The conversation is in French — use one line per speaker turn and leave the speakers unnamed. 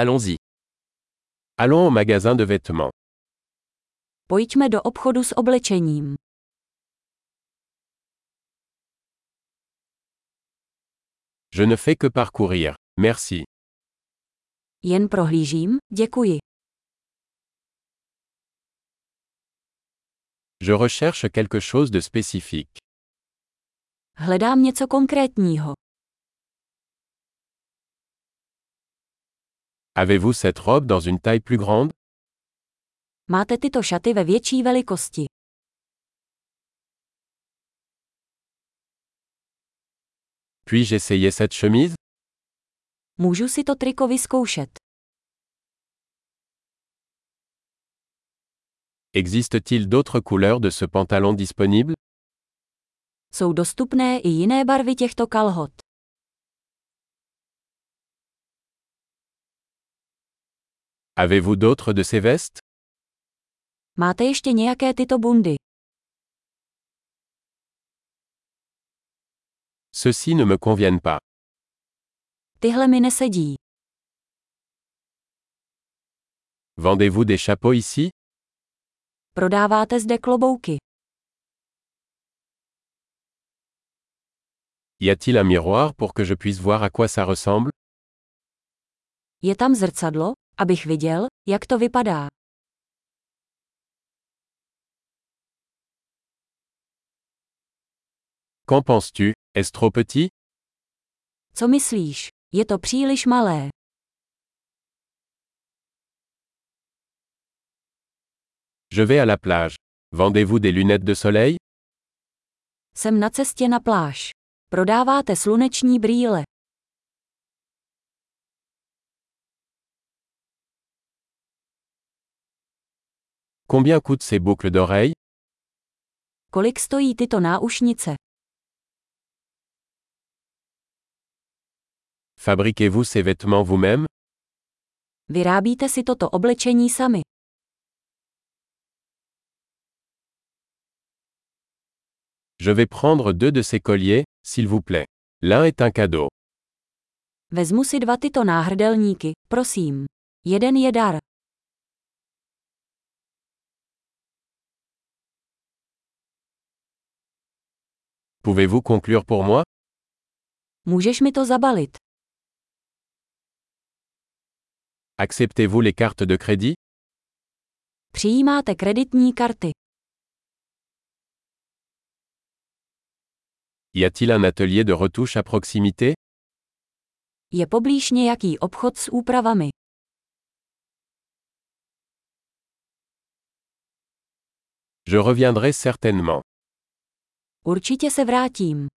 Allons-y. Allons au magasin de vêtements.
Pojďme do obchodu s oblečením.
Je ne fais que parcourir. Merci.
Jen prohlížím, děkuji.
Je recherche quelque chose de spécifique.
Hledám něco konkrétního.
Avez-vous cette robe dans une taille plus grande
Máte tyto šaty ve větší velikosti.
Puis-je essayer cette chemise
Můžu si to triko vyzkoušet.
Existe-t-il d'autres couleurs de ce pantalon disponible
Jsou dostupné i jiné barvy těchto kalhot.
Avez-vous d'autres de ces vestes
Máte ještě nějaké tyto bundy?
Ceux-ci ne me conviennent pas.
Tyhle mi nesedí.
Vendez-vous des chapeaux ici
Prodáváte zde klobouky.
Y a-t-il un miroir pour que je puisse voir à quoi ça ressemble
Je tam zrcadlo, abych viděl, jak to vypadá.
Qu'en penses-tu Est-ce trop petit
Co myslíš? Je to příliš malé.
Je vais à la plage. Vendez-vous des lunettes de soleil
Jsem na cestě na pláž. Prodáváte sluneční brýle.
Combien coûtent ces boucles d'oreilles
Kolik stojí tyto náušnice?
Fabriquez-vous ces vêtements vous-même
Vyrábíte si toto oblečení sami.
Je vais prendre deux de ces colliers, s'il vous plaît. L'un est un cadeau.
Vezmu si dva tyto náhrdelníky, prosím. Jeden je dar.
Pouvez-vous conclure pour moi
Můžeš mi to zabalit.
Acceptez-vous les cartes de crédit
Přijímáte kreditní karty.
Y a-t-il un atelier de retouche à proximité
Je poblíž nějaký obchod s úpravami.
Je reviendrai certainement.
Určitě se vrátím.